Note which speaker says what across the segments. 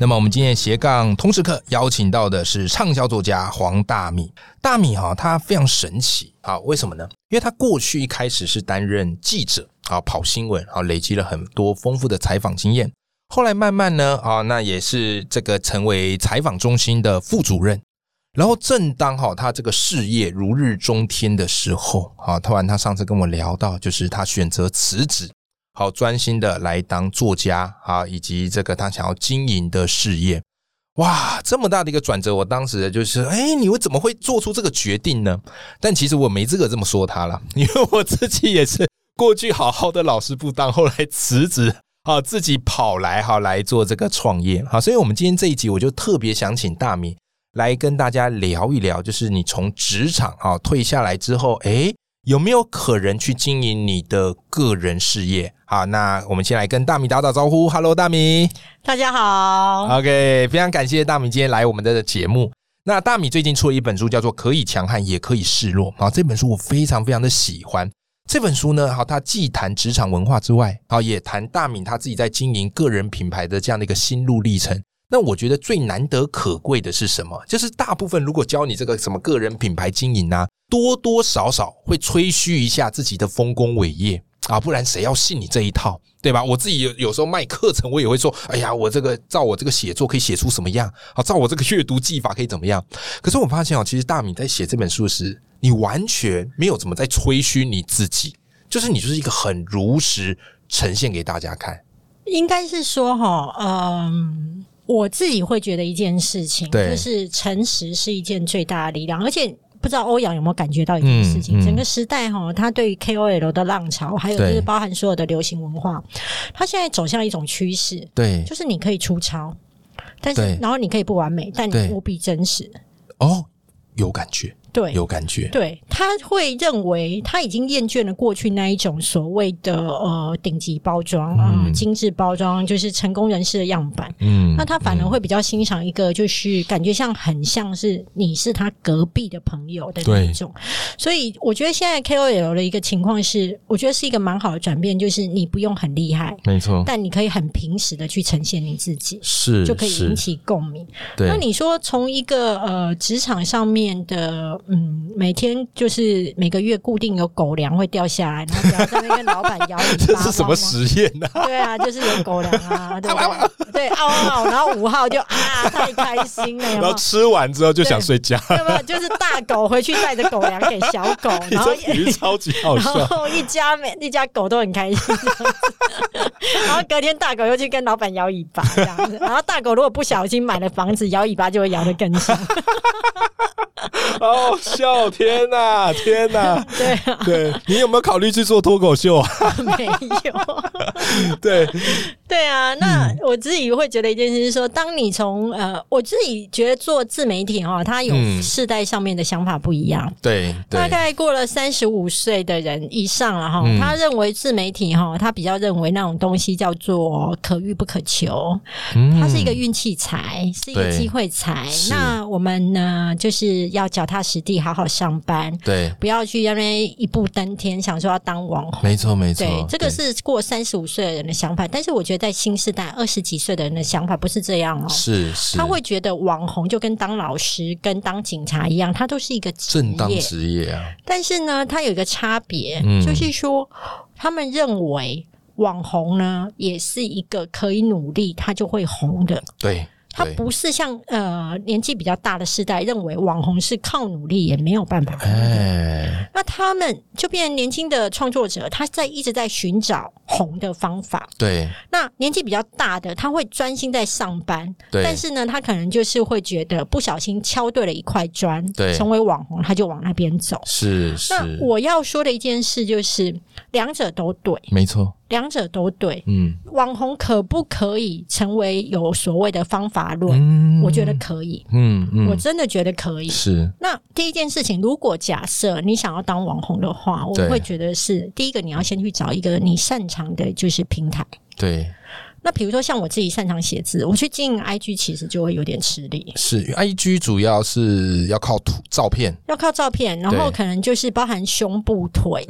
Speaker 1: 那么我们今天的斜杠通识课邀请到的是畅销作家黄大米。大米哈、他非常神奇啊，为什么呢？因为他过去一开始是担任记者啊，跑新闻啊，累积了很多丰富的采访经验。后来慢慢呢啊，那也是这个成为采访中心的副主任。然后正当哈他这个事业如日中天的时候，啊，突然他上次跟我聊到，就是他选择辞职，好专心的来当作家啊，以及这个他想要经营的事业。哇，这么大的一个转折，我当时就是，哎，你会怎么会做出这个决定呢？但其实我没资格这么说他了，因为我自己也是过去好好的老师不当，后来辞职。啊，自己跑来哈来做这个创业好，所以我们今天这一集我就特别想请大米来跟大家聊一聊，就是你从职场啊退下来之后，诶，有没有可能去经营你的个人事业？好，那我们先来跟大米打打招呼，Hello，大米。
Speaker 2: 大家好，
Speaker 1: OK，非常感谢大米今天来我们的节目。那大米最近出了一本书，叫做《可以强悍，也可以示弱》啊。这本书我非常非常的喜欢。这本书呢，好，它既谈职场文化之外，好，也谈大米他自己在经营个人品牌的这样的一个心路历程。那我觉得最难得可贵的是什么？就是大部分如果教你这个什么个人品牌经营啊，多多少少会吹嘘一下自己的丰功伟业啊，不然谁要信你这一套，对吧？我自己有有时候卖课程，我也会说，哎呀，我这个照我这个写作可以写出什么样啊？照我这个阅读技法可以怎么样？可是我发现哦，其实大米在写这本书时，你完全没有怎么在吹嘘你自己，就是你就是一个很如实呈现给大家看。
Speaker 2: 应该是说哈，嗯，我自己会觉得一件事情，
Speaker 1: 对
Speaker 2: 就是诚实是一件最大的力量，而且。不知道欧阳有没有感觉到一件事情？
Speaker 1: 嗯嗯
Speaker 2: 整个时代哈，它对于 KOL 的浪潮，还有就
Speaker 1: 对
Speaker 2: 是包含所有的流行文化，它现在走向一种趋势，
Speaker 1: 对，
Speaker 2: 就是你可以出超，但是
Speaker 1: 对
Speaker 2: 然后你可以不完美，但
Speaker 1: 对
Speaker 2: 你无比真实。
Speaker 1: 哦，有感觉，
Speaker 2: 对，
Speaker 1: 有感觉，
Speaker 2: 对，他会认为他已经厌倦了过去那一种所谓的呃顶级包装啊、
Speaker 1: 嗯
Speaker 2: 精致包装，就是成功人士的样板。
Speaker 1: 嗯
Speaker 2: 那他反而会比较欣赏一个，就是感觉像很像是你是他隔壁的朋友的那一种。所以我觉得现在 KOL 的一个情况是，我觉得是一个蛮好的转变，就是你不用很厉害，
Speaker 1: 没错，
Speaker 2: 但你可以很平实的去呈现你自己，
Speaker 1: 是
Speaker 2: 就可以
Speaker 1: 是
Speaker 2: 引起共鸣。
Speaker 1: 对
Speaker 2: 那你说从一个呃职场上面的，嗯，每天就是每个月固定有狗粮会掉下来，然后只要在那边跟老板摇尾
Speaker 1: 这
Speaker 2: 巴，
Speaker 1: 是什么实验呢、啊？
Speaker 2: 汪汪？对啊，就是有狗粮 啊，对不对？对，嗷嗷嗷，然后五号就啊，太开心了，
Speaker 1: 然
Speaker 2: 有没
Speaker 1: 后
Speaker 2: 有？
Speaker 1: 吃完之后就想睡觉，
Speaker 2: 有没有？就是大狗回去带着狗粮 给小狗，
Speaker 1: 你
Speaker 2: 然后
Speaker 1: 这比喻超级好
Speaker 2: 然
Speaker 1: 笑。
Speaker 2: 后一家每一家狗都很开心，这样子然后隔天大狗又去跟老板摇尾巴这样子，然后大狗如果不小心买了房子，摇尾巴就会摇得更凶。
Speaker 1: 好好笑！天哪、 天哪、
Speaker 2: 对啊，
Speaker 1: 对你有没有考虑去做脱口秀啊？
Speaker 2: 没有。
Speaker 1: 对，
Speaker 2: 对啊，那
Speaker 1: 嗯
Speaker 2: 我自己会觉得一件事是说，当你从呃，我自己觉得做自媒体哈、哦，它有
Speaker 1: 嗯
Speaker 2: 世代上面的想法不一样。
Speaker 1: 对，
Speaker 2: 大概过了三十五岁的人以上了哈、
Speaker 1: 嗯
Speaker 2: 他认为自媒体哈、他比较认为那种东西叫做可遇不可求，
Speaker 1: 嗯
Speaker 2: 它是一个运气财，是一个
Speaker 1: 对
Speaker 2: 机会财
Speaker 1: 是。
Speaker 2: 那我们呢，就是要脚踏实地，好好上班，
Speaker 1: 对，
Speaker 2: 不要去那边一步登天，想说要当网红。
Speaker 1: 没错，没错
Speaker 2: 对，，这个是过三十五岁的人的想法，但是我觉得在新时代二十几岁的人的想法不是这样哦，
Speaker 1: 是是，
Speaker 2: 他会觉得网红就跟当老师、跟当警察一样，他都是一个职
Speaker 1: 正当
Speaker 2: 业，
Speaker 1: 职业啊，
Speaker 2: 但是呢，他有一个差别，
Speaker 1: 嗯
Speaker 2: 就是说他们认为网红呢也是一个可以努力他就会红的，
Speaker 1: 对，
Speaker 2: 他
Speaker 1: 对
Speaker 2: 不是像呃年纪比较大的世代认为网红是靠努力也没有办法红的。
Speaker 1: 哎，
Speaker 2: 那他们就变成年轻的创作者，他在一直在寻找红的方法。
Speaker 1: 对
Speaker 2: 那年纪比较大的，他会专心在上班，
Speaker 1: 对，
Speaker 2: 但是呢，他可能就是会觉得不小心敲对了一块砖
Speaker 1: 对，
Speaker 2: 成为网红，他就往那边走。
Speaker 1: 是是，
Speaker 2: 那我要说的一件事就是，两者都对，
Speaker 1: 没错，
Speaker 2: 两者都对。
Speaker 1: 嗯，
Speaker 2: 网红可不可以成为有所谓的方法论？
Speaker 1: 嗯
Speaker 2: 我觉得可以，
Speaker 1: 嗯嗯，
Speaker 2: 我真的觉得可以。
Speaker 1: 是
Speaker 2: 那第一件事情，如果假设你想要当网红的话，我
Speaker 1: 对
Speaker 2: 会觉得是第一个，你要先去找一个你擅长的，就是平台。
Speaker 1: 对，
Speaker 2: 那比如说像我自己擅长写字，我去经营 IG 其实就会有点吃力，
Speaker 1: 是 I G 主要是要靠图照片，
Speaker 2: 要靠照片，然后
Speaker 1: 对
Speaker 2: 可能就是包含胸部、腿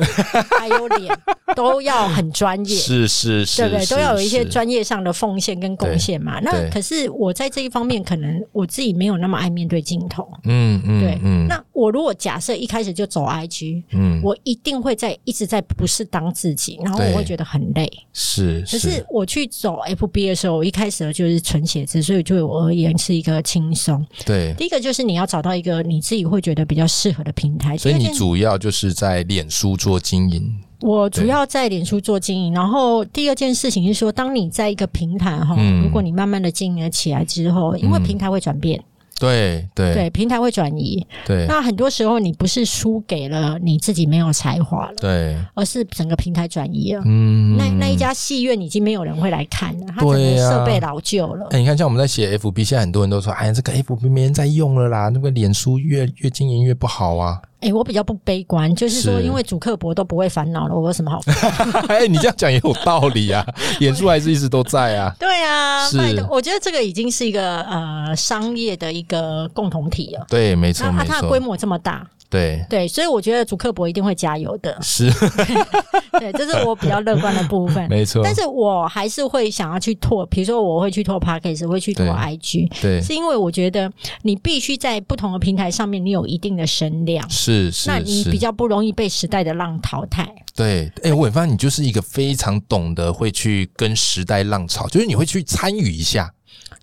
Speaker 2: 还有脸都要很专业。
Speaker 1: 是是是，
Speaker 2: 对不对？
Speaker 1: 是
Speaker 2: 都要有一些
Speaker 1: 是
Speaker 2: 专业上的奉献跟贡献嘛。那
Speaker 1: 对
Speaker 2: 可是我在这一方面，可能我自己没有那么爱面对镜头。
Speaker 1: 嗯嗯
Speaker 2: 对，
Speaker 1: 嗯
Speaker 2: 那我如果假设一开始就走 IG，
Speaker 1: 嗯，
Speaker 2: 我一定会在一直在不是当自己，然后
Speaker 1: 对
Speaker 2: 我会觉得很累。
Speaker 1: 是
Speaker 2: 可是我去走 FB 的时候，我一开始就是纯写字，所以对我而言是一个轻松。
Speaker 1: 对，
Speaker 2: 第一个就是你要找到一个你自己会觉得比较适合的平台，
Speaker 1: 所以
Speaker 2: 第二
Speaker 1: 你
Speaker 2: 件
Speaker 1: 主要就是在脸书做经营，
Speaker 2: 我主要在脸书做经营，然后第二件事情是说，当你在一个平台哈，
Speaker 1: 嗯
Speaker 2: 如果你慢慢的经营了起来之后，因为
Speaker 1: 嗯
Speaker 2: 平台会转变，
Speaker 1: 对对
Speaker 2: 对，平台会转移，
Speaker 1: 对
Speaker 2: 那很多时候你不是输给了你自己没有才华了，
Speaker 1: 对，
Speaker 2: 而是整个平台转移了。
Speaker 1: 嗯，
Speaker 2: 那那一家戏院已经没有人会来看了，它整
Speaker 1: 对
Speaker 2: 个
Speaker 1: 呀
Speaker 2: 设备老旧了。
Speaker 1: 哎、你看，像我们在写 FB，现在很多人都说，哎，这个 FB 没人在用了啦，那个脸书越越经营越不好啊。
Speaker 2: 哎、我比较不悲观，就是说，
Speaker 1: 是
Speaker 2: 因为主客博都不会烦恼了，我有什么好烦恼？
Speaker 1: 哎、你这样讲也有道理啊，脸书还是一直都在啊。
Speaker 2: 对啊，
Speaker 1: 是
Speaker 2: 拜托，我觉得这个已经是一个呃商业的一个共同体了。
Speaker 1: 对，没
Speaker 2: 那
Speaker 1: 错，
Speaker 2: 啊
Speaker 1: 没
Speaker 2: 它的规
Speaker 1: 错，
Speaker 2: 模这么大，
Speaker 1: 对，。
Speaker 2: 对，所以我觉得主克伯一定会加油 的
Speaker 1: 是
Speaker 2: 对，这是我比较乐观的部分。
Speaker 1: 没错
Speaker 2: 但，是我还是会想要去拓，比如说我会去拓 p a c k a g e 会去拓
Speaker 1: 对
Speaker 2: IG，
Speaker 1: 对，
Speaker 2: 是因为我觉得你必须在不同的平台上面，你有一定的声量，
Speaker 1: 是是
Speaker 2: 那你
Speaker 1: 是，
Speaker 2: 比较不容易被时代的浪淘汰。
Speaker 1: 对。哎、我发现你就是一个非常懂得会去跟时代浪潮，就是你会去参与一下，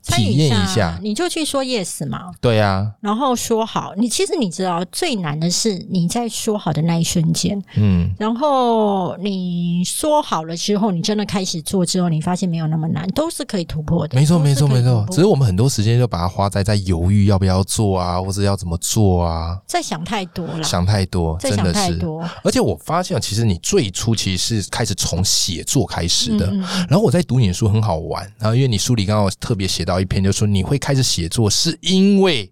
Speaker 2: 参与
Speaker 1: 体验一
Speaker 2: 下
Speaker 1: 下，，
Speaker 2: 你就去说 yes 嘛，
Speaker 1: 对啊，
Speaker 2: 然后说好。你其实你知道最难的是你在说好的那一瞬间，
Speaker 1: 嗯，
Speaker 2: 然后你说好了之后，你真的开始做之后，你发现没有那么难，都是可以突破的。
Speaker 1: 没错，
Speaker 2: 都是
Speaker 1: 没错，
Speaker 2: 可以
Speaker 1: 没错
Speaker 2: 突。破
Speaker 1: 只是我们很多时间就把它花在在犹豫要不要做啊，或者要怎么做啊，
Speaker 2: 在想太多了，
Speaker 1: 想太多，
Speaker 2: 在
Speaker 1: 真
Speaker 2: 想
Speaker 1: 的
Speaker 2: 太
Speaker 1: 是。
Speaker 2: 多。
Speaker 1: 而且我发现，其实你最初其实是开始从写作开始
Speaker 2: 嗯
Speaker 1: 的。然后我在读你的书很好玩，然后因为你书里刚好特别写到一篇，就说你会开始写作是因为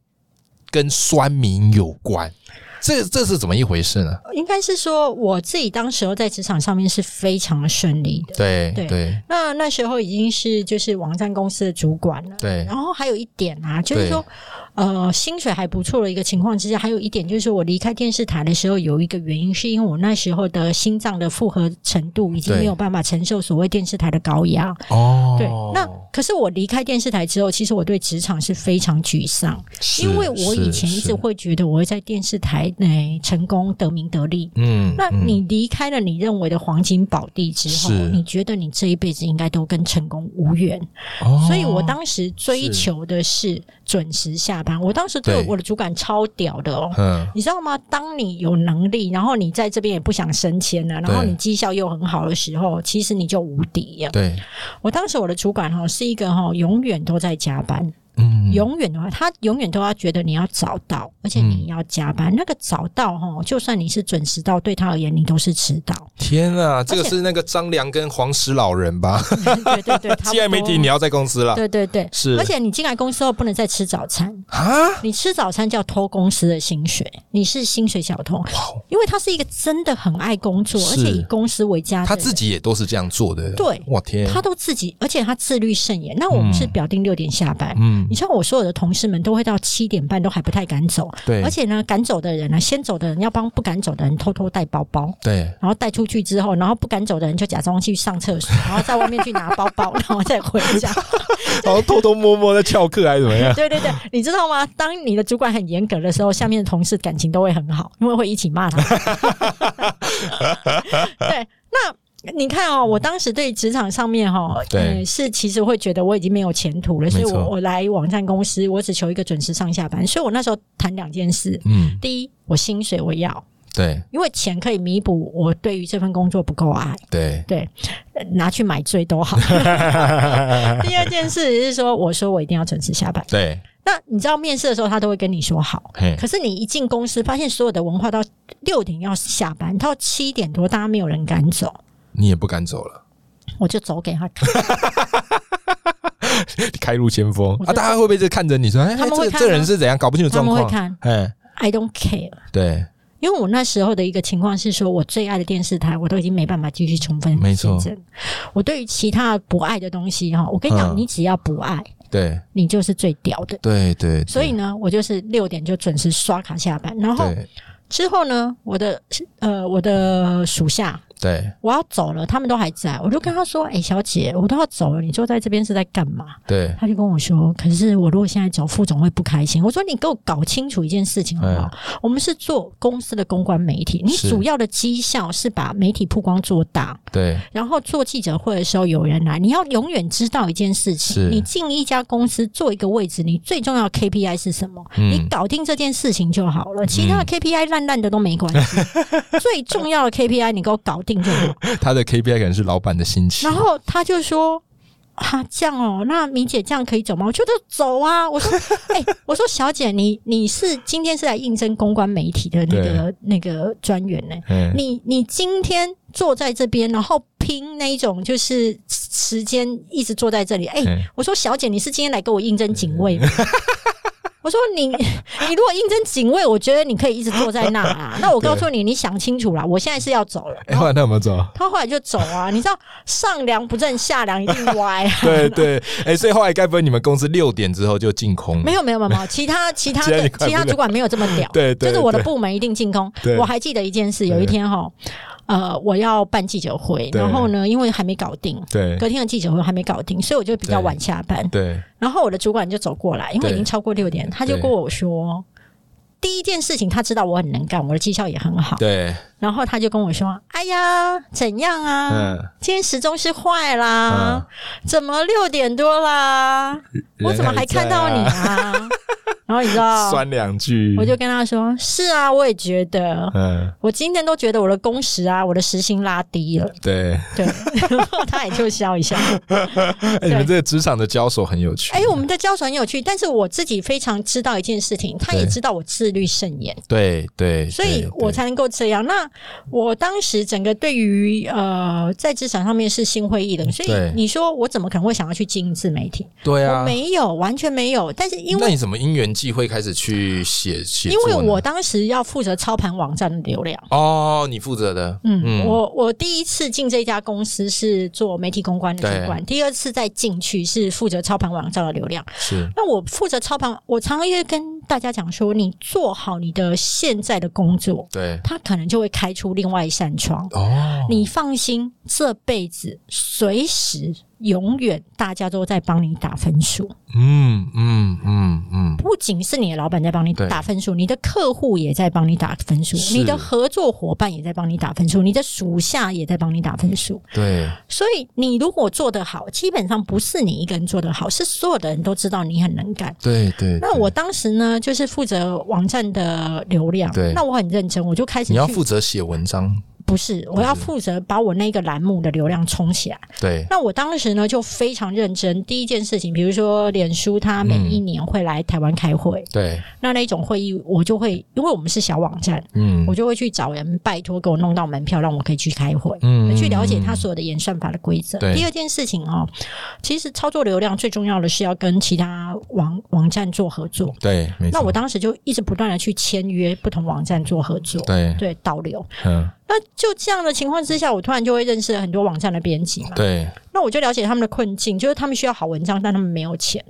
Speaker 1: 跟酸民有关，这这是怎么一回事呢？
Speaker 2: 应该是说我自己当时候在职场上面是非常的顺利的。
Speaker 1: 对
Speaker 2: 对
Speaker 1: 对
Speaker 2: 那那时候已经是就是网站公司的主管了。
Speaker 1: 对
Speaker 2: 然后还有一点啊，就是说，呃，薪水还不错的一个情况之下，还有一点就是我离开电视台的时候，有一个原因是因为我那时候的心脏的负荷程度已经
Speaker 1: 对
Speaker 2: 没有办法承受所谓电视台的高压。
Speaker 1: 哦，
Speaker 2: 对，那可是我离开电视台之后，其实我对职场是非常沮丧，
Speaker 1: 是
Speaker 2: 因为我以前
Speaker 1: 是
Speaker 2: 一直
Speaker 1: 是
Speaker 2: 会觉得我会在电视台内成功得名得利。
Speaker 1: 嗯，
Speaker 2: 那你离开了你认为的黄金宝地之后
Speaker 1: 是，
Speaker 2: 你觉得你这一辈子应该都跟成功无缘，
Speaker 1: 哦
Speaker 2: 所以我当时追
Speaker 1: 是
Speaker 2: 求的是准时下班。我当时对
Speaker 1: 对
Speaker 2: 我的主管超屌的哦，
Speaker 1: 嗯
Speaker 2: 你知道吗？当你有能力，然后你在这边也不想升迁了，然后
Speaker 1: 对
Speaker 2: 你绩效又很好的时候，其实你就无敌了。
Speaker 1: 对
Speaker 2: 我当时我的主管哈是一个哈永远都在加班，
Speaker 1: 嗯
Speaker 2: 永远的话，他永远都要觉得你要早到，而且
Speaker 1: 嗯
Speaker 2: 你要加班。那个早到哈，就算你是准时到，对他而言你都是迟到。
Speaker 1: 天啊，这个
Speaker 2: 而且
Speaker 1: 是那个张良跟黄石老人吧？
Speaker 2: 对对对， 差不多
Speaker 1: 既然媒体你要在公司了，
Speaker 2: 对对对，
Speaker 1: 是
Speaker 2: 而且你进来公司后不能再吃早餐，
Speaker 1: 啊，
Speaker 2: 你吃早餐叫偷公司的薪水，你是薪水小偷。因为他是一个真的很爱工作，
Speaker 1: 哦是
Speaker 2: 而且以公司为家的人，
Speaker 1: 他自己也都是这样做的。
Speaker 2: 对
Speaker 1: 我天，
Speaker 2: 他都自己，而且他自律慎言。那我们是表定六点下班，
Speaker 1: 嗯
Speaker 2: 你，像我所有的同事们都会到七点半都还不太敢走，
Speaker 1: 对，
Speaker 2: 而且呢，赶走的人呢，啊先走的人要帮不敢走的人偷偷带包包，
Speaker 1: 对，
Speaker 2: 然后带出去之后，然后不敢走的人就假装去上厕所，然后在外面去拿包包， 然后再回家。
Speaker 1: 然后偷偷摸摸在翘课还是怎么 样？
Speaker 2: 对对对，你知道吗？当你的主管很严格的时候，下面的同事感情都会很好，因为会一起 骂他。对，那你看哦，我当时对职场上面哈、哦，
Speaker 1: 对
Speaker 2: 呃是其实会觉得我已经没有前途了，所以
Speaker 1: 没错
Speaker 2: 我我来网站公司，我只求一个准时上下班。所以我那时候谈两件事，
Speaker 1: 嗯，
Speaker 2: 第一，我薪水我要，
Speaker 1: 对
Speaker 2: 因为钱可以弥补我对于这份工作不够爱，
Speaker 1: 对，
Speaker 2: 对，呃拿去买醉 都好。第二件事是说，我说我一定要准时下班。
Speaker 1: 对，
Speaker 2: 那你知道面试的时候，他都会跟你说好。
Speaker 1: 嘿，
Speaker 2: 可是你一进公司，发现所有的文化到六点要下班，到七点多，大家没有人敢走。
Speaker 1: 你也不敢走了，
Speaker 2: 我就走给他看。
Speaker 1: 开路先锋啊！大家会不会就看着你说：“哎、欸，
Speaker 2: 他们会
Speaker 1: 看、啊这，这人是怎样搞不清楚状况？”
Speaker 2: 他们会看，哎，I don't care。
Speaker 1: 对，
Speaker 2: 因为我那时候的一个情况是说，我最爱的电视台，我都已经没办法继续重分。
Speaker 1: 没错，
Speaker 2: 我对于其他不爱的东西，哈，我跟你讲、嗯，你只要不爱，
Speaker 1: 对，
Speaker 2: 你就是最屌的。
Speaker 1: 对对,對。
Speaker 2: 所以呢，我就是六点就准时刷卡下班，然后之后呢，我的呃，我的属下。
Speaker 1: 对，
Speaker 2: 我要走了，他们都还在，我就跟他说：“哎、欸，小姐，我都要走了，你坐在这边是在干嘛？”
Speaker 1: 对，
Speaker 2: 他就跟我说：“可是我如果现在走，副总会不开心。”我说：“你给我搞清楚一件事情好不好？嗯、我们是做公司的公关媒体，你主要的绩效是把媒体曝光做大，
Speaker 1: 对，
Speaker 2: 然后做记者会的时候有人来，你要永远知道一件事情：你进一家公司做一个位置，你最重要的 KPI 是什么、嗯？你搞定这件事情就好了，其他的 KPI 烂烂的都没关系、嗯。最重要的 KPI 你给我搞定。”就好
Speaker 1: 他的 KPI 可能是老板的心情。
Speaker 2: 然后他就说：“啊，这样哦，那米姐这样可以走吗？”我觉得走啊。我说：“ 哎欸，我说小姐，你你是今天是来应征公关媒体的那个那个专员呢、
Speaker 1: 哎
Speaker 2: 欸嗯？你你今天坐在这边，然后拼那一种就是时间一直坐在这里。哎、欸嗯，我说小姐，你是今天来给我应征警卫吗？” 我说你，你如果应征警卫，我觉得你可以一直坐在那啊。那我告诉你，你想清楚啦，我现在是要走了。
Speaker 1: 哎、欸，后来他有没有走？
Speaker 2: 他后来就走啊。你知道上梁不正下梁一定歪、啊。
Speaker 1: 对对，哎、欸，所以后来该不会你们公司六点之后就净空了？
Speaker 2: 没有没有没有，其他其他的其他主管没有这么屌。
Speaker 1: 对对,對，
Speaker 2: 就是我的部门一定净空。我还记得一件事，有一天哈。呃，我要办记者会，然后呢，因为还没搞定，
Speaker 1: 对，
Speaker 2: 隔天的记者会还没搞定，所以我就比较晚下班。
Speaker 1: 对，對
Speaker 2: 然后我的主管就走过来，因为已经超过六点，他就跟我说，第一件事情他知道我很能干，我的绩效也很好，
Speaker 1: 对。
Speaker 2: 然后他就跟我说：“哎呀，怎样啊？嗯、今天时钟是坏
Speaker 1: 啊
Speaker 2: 啦、嗯，怎么六点多啦？
Speaker 1: 嗯
Speaker 2: 我怎么还看到你啊？” 然后你知道，
Speaker 1: 酸两句，
Speaker 2: 我就跟他说：“是啊，我也觉得，嗯，我今天都觉得我的工时啊，我的时薪拉低了。
Speaker 1: 对”
Speaker 2: 对 对，然后他也就笑一 笑。
Speaker 1: 哎欸，你们这个职场的交手很有趣。
Speaker 2: 哎、欸，我们的交手很有趣，但是我自己非常知道一件事情，他也知道我自律甚严。
Speaker 1: 对对，
Speaker 2: 所以我才能够这样。那我当时整个对于呃在职场上面是心灰意冷，所以你说我怎么可能会想要去经营自媒体？
Speaker 1: 对啊，
Speaker 2: 我没有，完全没有。但是因为那
Speaker 1: 你怎么因缘际会开始去写写？
Speaker 2: 因为我当时要负责操盘网站的流量
Speaker 1: 哦，你负责的。
Speaker 2: 嗯，嗯我我第一次进这家公司是做媒体公关的主管，第二次再进去是负责操盘网站的流量。
Speaker 1: 是，
Speaker 2: 那我负责操盘，我常常也跟大家讲说，你做好你的现在的工作，
Speaker 1: 对，
Speaker 2: 他可能就会。开出另外一扇窗哦，你放心，这辈子随时永远大家都在帮你打分数。
Speaker 1: 嗯嗯嗯嗯，
Speaker 2: 不仅是你的老板在帮你打分数，你的客户也在帮你打分数，你的合作伙伴也在帮你打分数，你的属下也在帮你打分数。
Speaker 1: 对，
Speaker 2: 所以你如果做得好，基本上不是你一个人做得好，是所有的人都知道你很能干。
Speaker 1: 对对。
Speaker 2: 那我当时呢，就是负责网站的流量。
Speaker 1: 对。
Speaker 2: 那我很认真，我就开始
Speaker 1: 你要负责。写文章
Speaker 2: 不是，我要负责把我那个栏目的流量冲起来。
Speaker 1: 对，
Speaker 2: 那我当时呢就非常认真。第一件事情，比如说脸书，它
Speaker 1: 嗯
Speaker 2: 每一年会来台湾开会、嗯。
Speaker 1: 对，
Speaker 2: 那那种会议我就会，因为我们是小网站，嗯，我就会去找人拜托给我弄到门票，让我可以去开会，嗯，去了解他所有的演算法的规则。第二件事情哦，其实操作流量最重要的是要跟其他网网站做合作。
Speaker 1: 对，
Speaker 2: 那我当时就一直不断的去签约不同网站做合作。
Speaker 1: 对，
Speaker 2: 对，导流。嗯，那就这样的情况之下，我突然就会认识很多网站的编辑嘛。
Speaker 1: 对，
Speaker 2: 那我就了解他们的困境，就是他们需要好文章，但他们没有钱。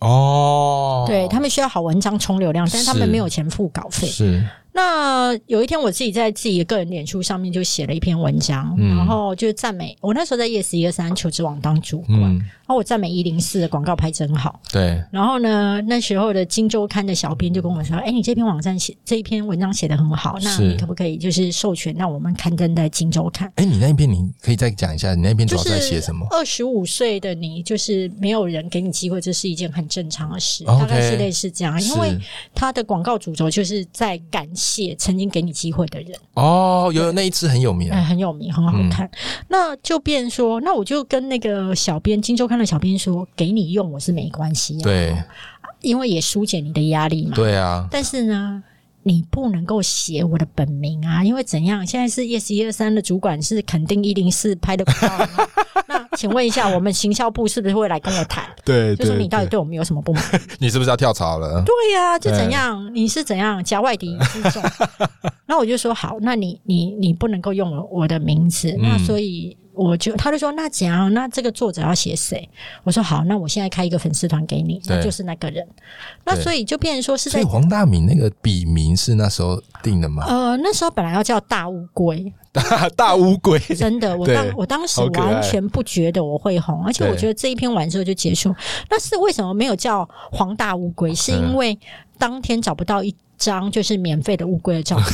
Speaker 1: 哦，
Speaker 2: 对他们需要好文章充流量，但是他们没有钱付稿费。
Speaker 1: 是。
Speaker 2: 那有一天，我自己在自己的个人脸书上面就写了一篇文章，嗯、然后就赞美我那时候在 yes 一二三求职网当主管，嗯、然后我赞美一零四的广告拍真好。
Speaker 1: 对，
Speaker 2: 然后呢，那时候的《金周刊》的小编就跟我说：“哎、欸，你这篇网站写这一篇文章写的很好，那你可不可以就是授权让我们刊登在《金周刊》？”
Speaker 1: 哎、欸，你那篇你可以再讲一下，你那篇主要在写什么？
Speaker 2: 二十五岁的你，就是没有人给你机会，这是一件很正常的事，okay,
Speaker 1: 哦
Speaker 2: 大概是类似这样，啊因为他的广告主轴就是在感。谢曾经给你机会的人
Speaker 1: 哦，有那一支很有名、啊
Speaker 2: 嗯，很有名，很好看。嗯、那就变说，那我就跟那个小编《金周刊》的小编说，给你用我是没关系、啊，
Speaker 1: 对，
Speaker 2: 因为也疏解你的压力嘛。
Speaker 1: 对啊，
Speaker 2: 但是呢。你不能够写我的本名啊，因为怎样？现在是 yes 一二三的主管是肯定一零四拍的广告，那请问一下，我们行销部是不是会来跟我谈？
Speaker 1: 对，
Speaker 2: 就说你到底对我们有什么不满？
Speaker 1: 你是不是要跳槽了？
Speaker 2: 对呀、啊，就怎样？你是怎样夹外敌之 众？然后我就说好，那你你你不能够用我我的名字，那所以。我就他就说那怎样？那这个作者要写谁？我说好，那我现在开一个粉丝团给你，那就是那个人。那所以就变成说是在
Speaker 1: 黄大明那个笔名是那时候定的吗？
Speaker 2: 呃，那时候本来要叫大乌龟，
Speaker 1: 大 大乌 龟，
Speaker 2: 真的，我当我当时完全不觉得我会红，而且我觉得这一篇完之后就结束。那是为什么没有叫黄大乌龟？是因为当天找不到一张就是免费的乌龟的 照片。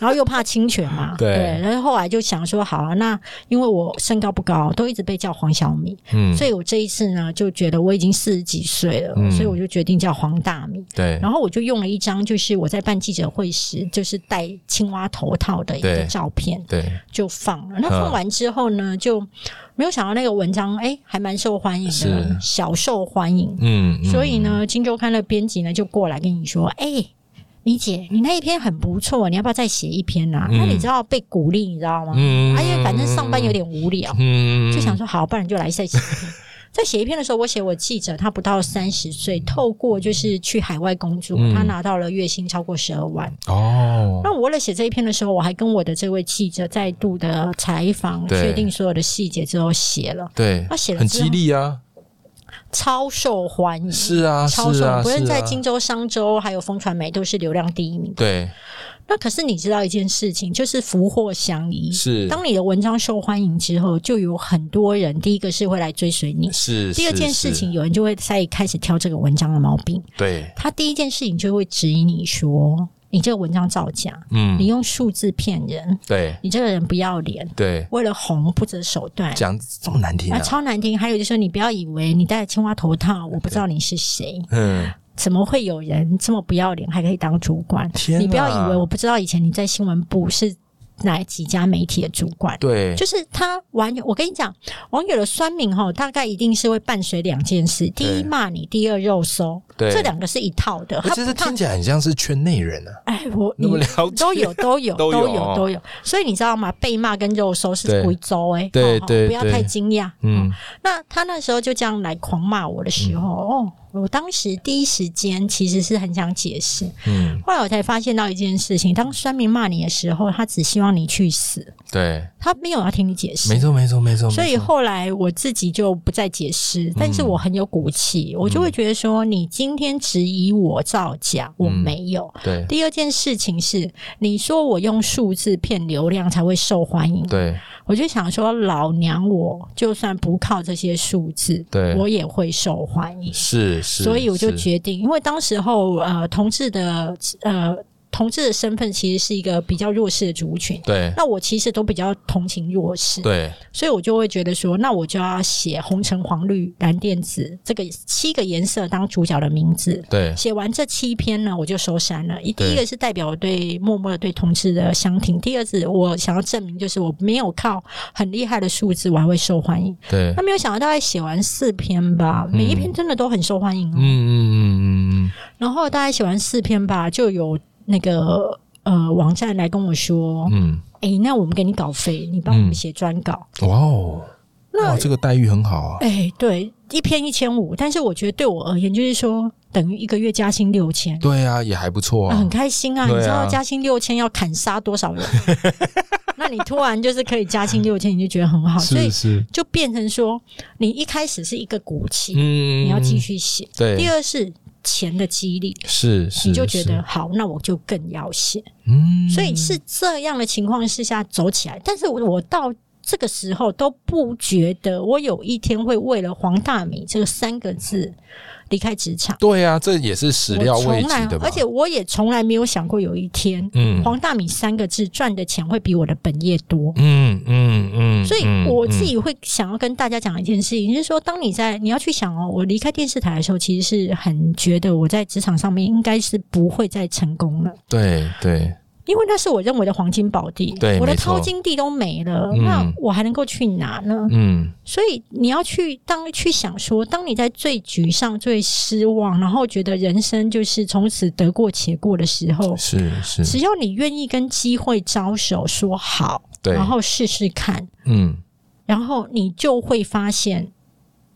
Speaker 2: 然后又怕侵权嘛， 对,对，然后后来就想说，好啊，那因为我身高不高，都一直被叫黄小米，嗯，所以我这一次呢就觉得我已经四十几岁了，嗯、所以我就决定叫黄大米，
Speaker 1: 对，
Speaker 2: 然后我就用了一张就是我在办记者会时就是戴青蛙头套的一个照片，
Speaker 1: 对，对
Speaker 2: 就放了。那放完之后呢，就没有想到那个文章哎还蛮受欢迎的，小受欢迎，嗯，嗯所以呢，金周刊的编辑呢就过来跟你说，哎。李姐，你那一篇很不错，你要不要再写一篇啊？嗯、那你知道被鼓励，你知道吗？嗯，啊，因为反正上班有点无聊，嗯，就想说好，不然就来再写一 篇。在写一篇的时候，我写我记者，他不到三十岁，透过就是去海外工作，嗯、他拿到了月薪超过十二万。哦，那我为了写这一篇的时候，我还跟我的这位记者再度的采访，确定所有的细节之后写了。
Speaker 1: 对，
Speaker 2: 他写了
Speaker 1: 很激励啊。
Speaker 2: 超受欢迎，
Speaker 1: 是啊，
Speaker 2: 嗯超受，
Speaker 1: 不
Speaker 2: 论在荆州、商州还有风传媒都是流量第一名。
Speaker 1: 对，
Speaker 2: 那可是你知道一件事情，就是福祸相依。
Speaker 1: 是，
Speaker 2: 当你的文章受欢迎之后，就有很多人，第一个是会来追随你，
Speaker 1: 是；
Speaker 2: 第二件事情，有人就会在开始挑这个文章的毛病。
Speaker 1: 对，
Speaker 2: 他第一件事情就会质疑你说。你这个文章造假，嗯，你用数字骗人，
Speaker 1: 对，
Speaker 2: 你这个人不要脸，
Speaker 1: 对，
Speaker 2: 为了红不择手段，
Speaker 1: 讲这么难听、啊，
Speaker 2: 哎超难听。还有就是你不要以为你戴青蛙头套，我不知道你是谁，嗯，怎么会有人这么不要脸还可以当主管？
Speaker 1: 天
Speaker 2: 你不要以为我不知道以前你在新闻部是哪几家媒体的主管，
Speaker 1: 对，
Speaker 2: 就是他网友，我跟你讲，网友的酸民哈，大概一定是会伴随两件事：第一骂你，第二肉搜。
Speaker 1: 对，哎
Speaker 2: 这两个是一套的。
Speaker 1: 其实听起来很像是圈内人啊。
Speaker 2: 哎，我
Speaker 1: 你
Speaker 2: 都有都有
Speaker 1: 都
Speaker 2: 有都有，所以你知道吗？被骂跟肉搜是回州哎，
Speaker 1: 对对，
Speaker 2: 不要太惊讶。嗯，那他那时候就这样来狂骂我的时
Speaker 1: 嗯
Speaker 2: 候，哦，我当时第一时间其实是很想解释，嗯，后来我才发现到一件事情：当酸民骂你的时候，他只希望你去死，
Speaker 1: 对
Speaker 2: 他没有要听你解释。
Speaker 1: 没错没错没错。嗯
Speaker 2: 所以后来我自己就不再解释，但是我很有骨气，我就会觉得说你今今天质疑我造假，我没有。
Speaker 1: 嗯、对，
Speaker 2: 第二件事情是，你说我用数字骗流量才会受欢迎。
Speaker 1: 对，
Speaker 2: 我就想说，老娘我就算不靠这些数字，
Speaker 1: 对
Speaker 2: 我也会受欢迎。
Speaker 1: 是是，
Speaker 2: 所以我就决定，因为当时候呃，同志的呃。同志的身份其实是一个比较弱势的族群，
Speaker 1: 对。
Speaker 2: 那我其实都比较同情弱势，
Speaker 1: 对。
Speaker 2: 所以我就会觉得说，那我就要写红橙黄绿蓝靛紫这个七个颜色当主角的名字，
Speaker 1: 对。
Speaker 2: 写完这七篇呢，我就收山了。一第一个是代表我对默默的对同志的相挺，第二是我想要证明就是我没有靠很厉害的数字我还会受欢迎，
Speaker 1: 对。
Speaker 2: 那没有想到大概写完四篇吧，每一篇真的都很受欢迎哦，
Speaker 1: 嗯嗯嗯嗯嗯。
Speaker 2: 然后大概写完四篇吧，就有。那个呃，网站来跟我说，嗯，哎、欸，那我们给你稿费，你帮我们写专稿、
Speaker 1: 嗯。哇哦，哇，这个待遇很好啊。
Speaker 2: 哎、欸，对，一篇一千五，但是我觉得对我而言，就是说等于一个月加薪六千。
Speaker 1: 对啊，也还不错啊、
Speaker 2: 呃，很开心啊。啊你知道加薪六千要砍杀多少人？ 那你突然就是可以加薪六千，你就觉得很好，
Speaker 1: 是是
Speaker 2: 所以就变成说，你一开始是一个骨气，嗯，你要继续写。
Speaker 1: 对，
Speaker 2: 第二是。钱的激励
Speaker 1: 是，
Speaker 2: 你就觉得好，那我就更要写。嗯，所以是这样的情况之下走起来。但是我到这个时候都不觉得我有一天会为了黄大米这三个字离开职场。
Speaker 1: 对啊，这也是始料未及的。
Speaker 2: 而且我也从来没有想过有一天，嗯，黄大米三个字赚的钱会比我的本业多。
Speaker 1: 嗯嗯嗯。嗯嗯
Speaker 2: 所以我自己会想要跟大家讲一件事情，就是说，当你在你要去想哦，我离开电视台的时候，其实是很觉得我在职场上面应该是不会再成功
Speaker 1: 嗯
Speaker 2: 了。
Speaker 1: 对对。
Speaker 2: 因为那是我认为的黄金宝地，我的淘金地都没了，嗯、那我还能够去哪呢？嗯，所以你要去当去想说，当你在最沮丧、最失望，然后觉得人生就是从此得过且过的时候，
Speaker 1: 是是，
Speaker 2: 只要你愿意跟机会招手，说好，
Speaker 1: 对，
Speaker 2: 然后试试看，嗯。然后你就会发现。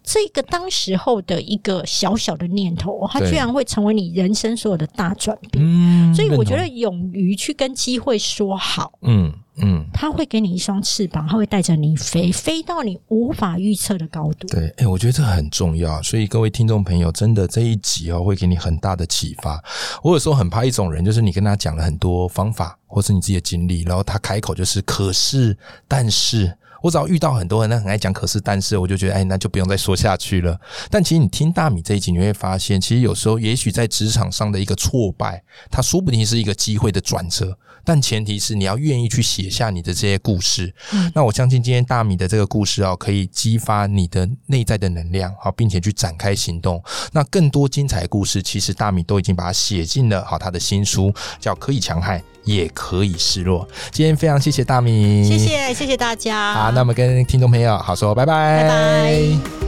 Speaker 2: 这个当时候的一个小小的念头，它居然会成为你人生所有的大转变。嗯，所以我觉得勇于去跟机会说好，嗯嗯，它会给你一双翅膀，它会带着你飞，飞到你无法预测的高度。
Speaker 1: 对，哎、欸，我觉得这很重要。所以各位听众朋友，真的这一集哦，会给你很大的启发。我有时候很怕一种人，就是你跟他讲了很多方法，或是你自己的经历，然后他开口就是“可是”“但是”。我只要遇到很多人，那很爱讲可是但是，我就觉得哎，那就不用再说下去了。但其实你听大米这一集，你会发现，其实有时候也许在职场上的一个挫败，它说不定是一个机会的转折。但前提是你要愿意去写下你的这些故事。嗯、那我相信今天大米的这个故事啊、哦，可以激发你的内在的能量，好，并且去展开行动。那更多精彩故事，其实大米都已经把它写进了好他的新书，叫《可以强悍也可以示弱》。今天非常谢谢大米，
Speaker 2: 谢谢谢谢大家。
Speaker 1: 好，那么跟听众朋友好说，拜
Speaker 2: 拜，拜拜。